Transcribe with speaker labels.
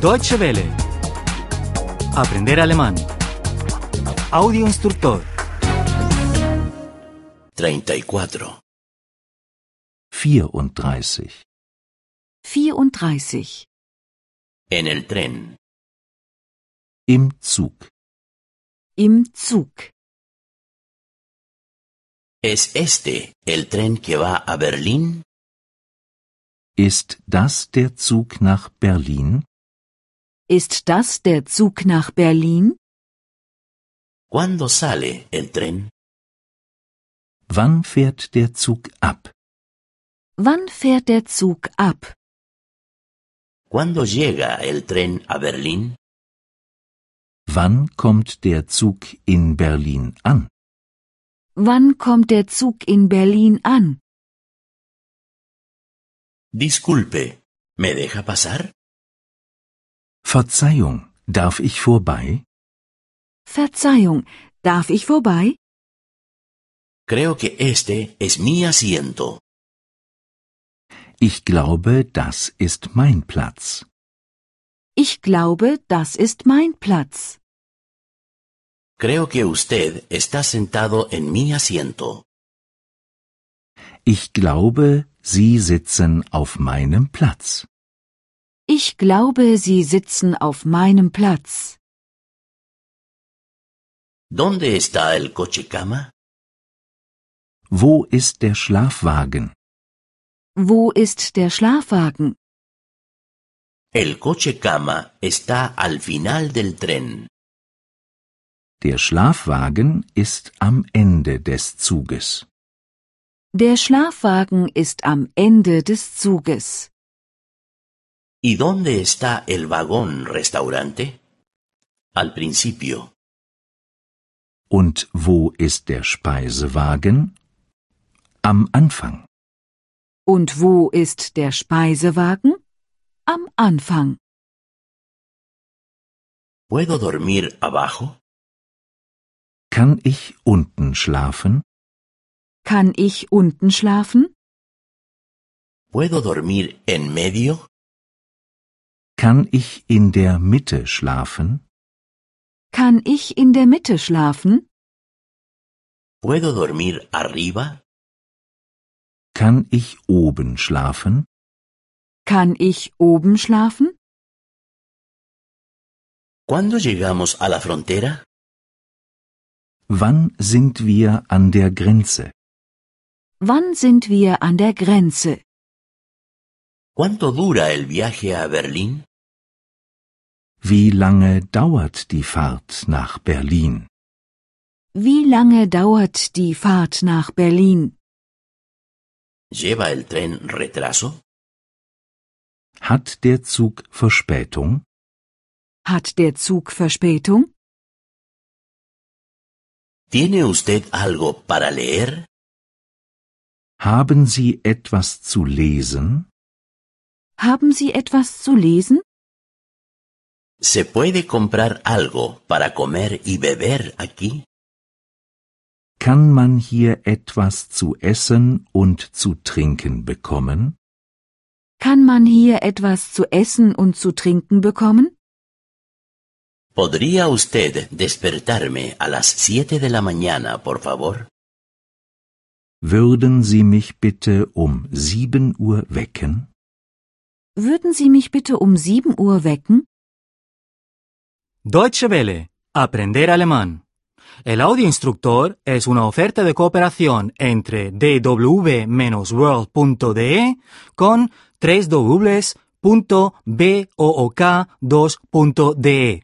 Speaker 1: Deutsche Welle. Aprender alemán. Audio instructor.
Speaker 2: 34.
Speaker 3: 34.
Speaker 4: 34.
Speaker 2: En el tren.
Speaker 3: Im Zug.
Speaker 4: Im Zug.
Speaker 2: ¿Es este el tren que va a Berlín?
Speaker 3: Ist das der Zug nach Berlin?
Speaker 4: Ist das der Zug nach Berlin?
Speaker 2: ¿Cuándo sale el tren?
Speaker 3: Wann fährt der Zug ab?
Speaker 4: Wann fährt der Zug ab?
Speaker 2: ¿Cuándo llega el tren a Berlín?
Speaker 3: Wann kommt der Zug in Berlin an?
Speaker 4: Wann kommt der Zug in Berlin an?
Speaker 2: Disculpe, ¿me deja pasar?
Speaker 3: Verzeihung, darf ich vorbei?
Speaker 4: Verzeihung, darf ich vorbei?
Speaker 2: Creo que este es mi asiento.
Speaker 3: Ich glaube, das ist mein Platz.
Speaker 4: Ich glaube, das ist mein Platz.
Speaker 2: Creo que usted está sentado en mi asiento.
Speaker 3: Ich glaube, Sie sitzen auf meinem Platz.
Speaker 4: Ich glaube, Sie sitzen auf meinem Platz.
Speaker 2: ¿Dónde está el coche cama?
Speaker 3: Wo ist der Schlafwagen?
Speaker 4: Wo ist der Schlafwagen?
Speaker 2: El coche cama está al final del tren.
Speaker 3: Der Schlafwagen ist am Ende des Zuges.
Speaker 4: Der Schlafwagen ist am Ende des Zuges.
Speaker 2: ¿Y dónde está el vagón restaurante? Al principio.
Speaker 3: Und wo ist der Speisewagen? Am Anfang.
Speaker 4: Und wo ist der Speisewagen? Am Anfang.
Speaker 2: ¿Puedo dormir abajo?
Speaker 3: Kann ich unten schlafen?
Speaker 4: Kann ich unten schlafen?
Speaker 2: ¿Puedo dormir en medio?
Speaker 3: Kann ich in der Mitte schlafen?
Speaker 4: Kann ich in der Mitte schlafen?
Speaker 2: ¿Puedo dormir arriba?
Speaker 3: Kann ich oben schlafen?
Speaker 4: Kann ich oben schlafen?
Speaker 2: ¿Cuándo llegamos a la frontera?
Speaker 3: Wann sind wir an der Grenze?
Speaker 4: Wann sind wir an der Grenze?
Speaker 2: ¿Cuánto dura el viaje a Berlín?
Speaker 3: Wie lange dauert die Fahrt nach Berlin?
Speaker 4: Wie lange dauert die Fahrt nach Berlin?
Speaker 2: ¿Lleva el tren retraso?
Speaker 3: Hat der Zug Verspätung?
Speaker 4: Hat der Zug Verspätung?
Speaker 2: ¿Tiene usted algo para leer?
Speaker 3: Haben Sie etwas zu lesen?
Speaker 4: Haben Sie etwas zu lesen?
Speaker 2: ¿Se puede comprar algo para comer y beber aquí?
Speaker 3: Kann man hier etwas zu essen und zu trinken bekommen?
Speaker 4: Kann man hier etwas zu essen und zu trinken bekommen?
Speaker 2: ¿Podría usted despertarme a las 7 de la mañana, por favor?
Speaker 3: Würden Sie mich bitte um sieben Uhr wecken?
Speaker 4: Würden Sie mich bitte um 7 Uhr wecken?
Speaker 1: Deutsche Welle. Aprender alemán. El audio instructor es una oferta de cooperación entre dw-world.de con 3 2de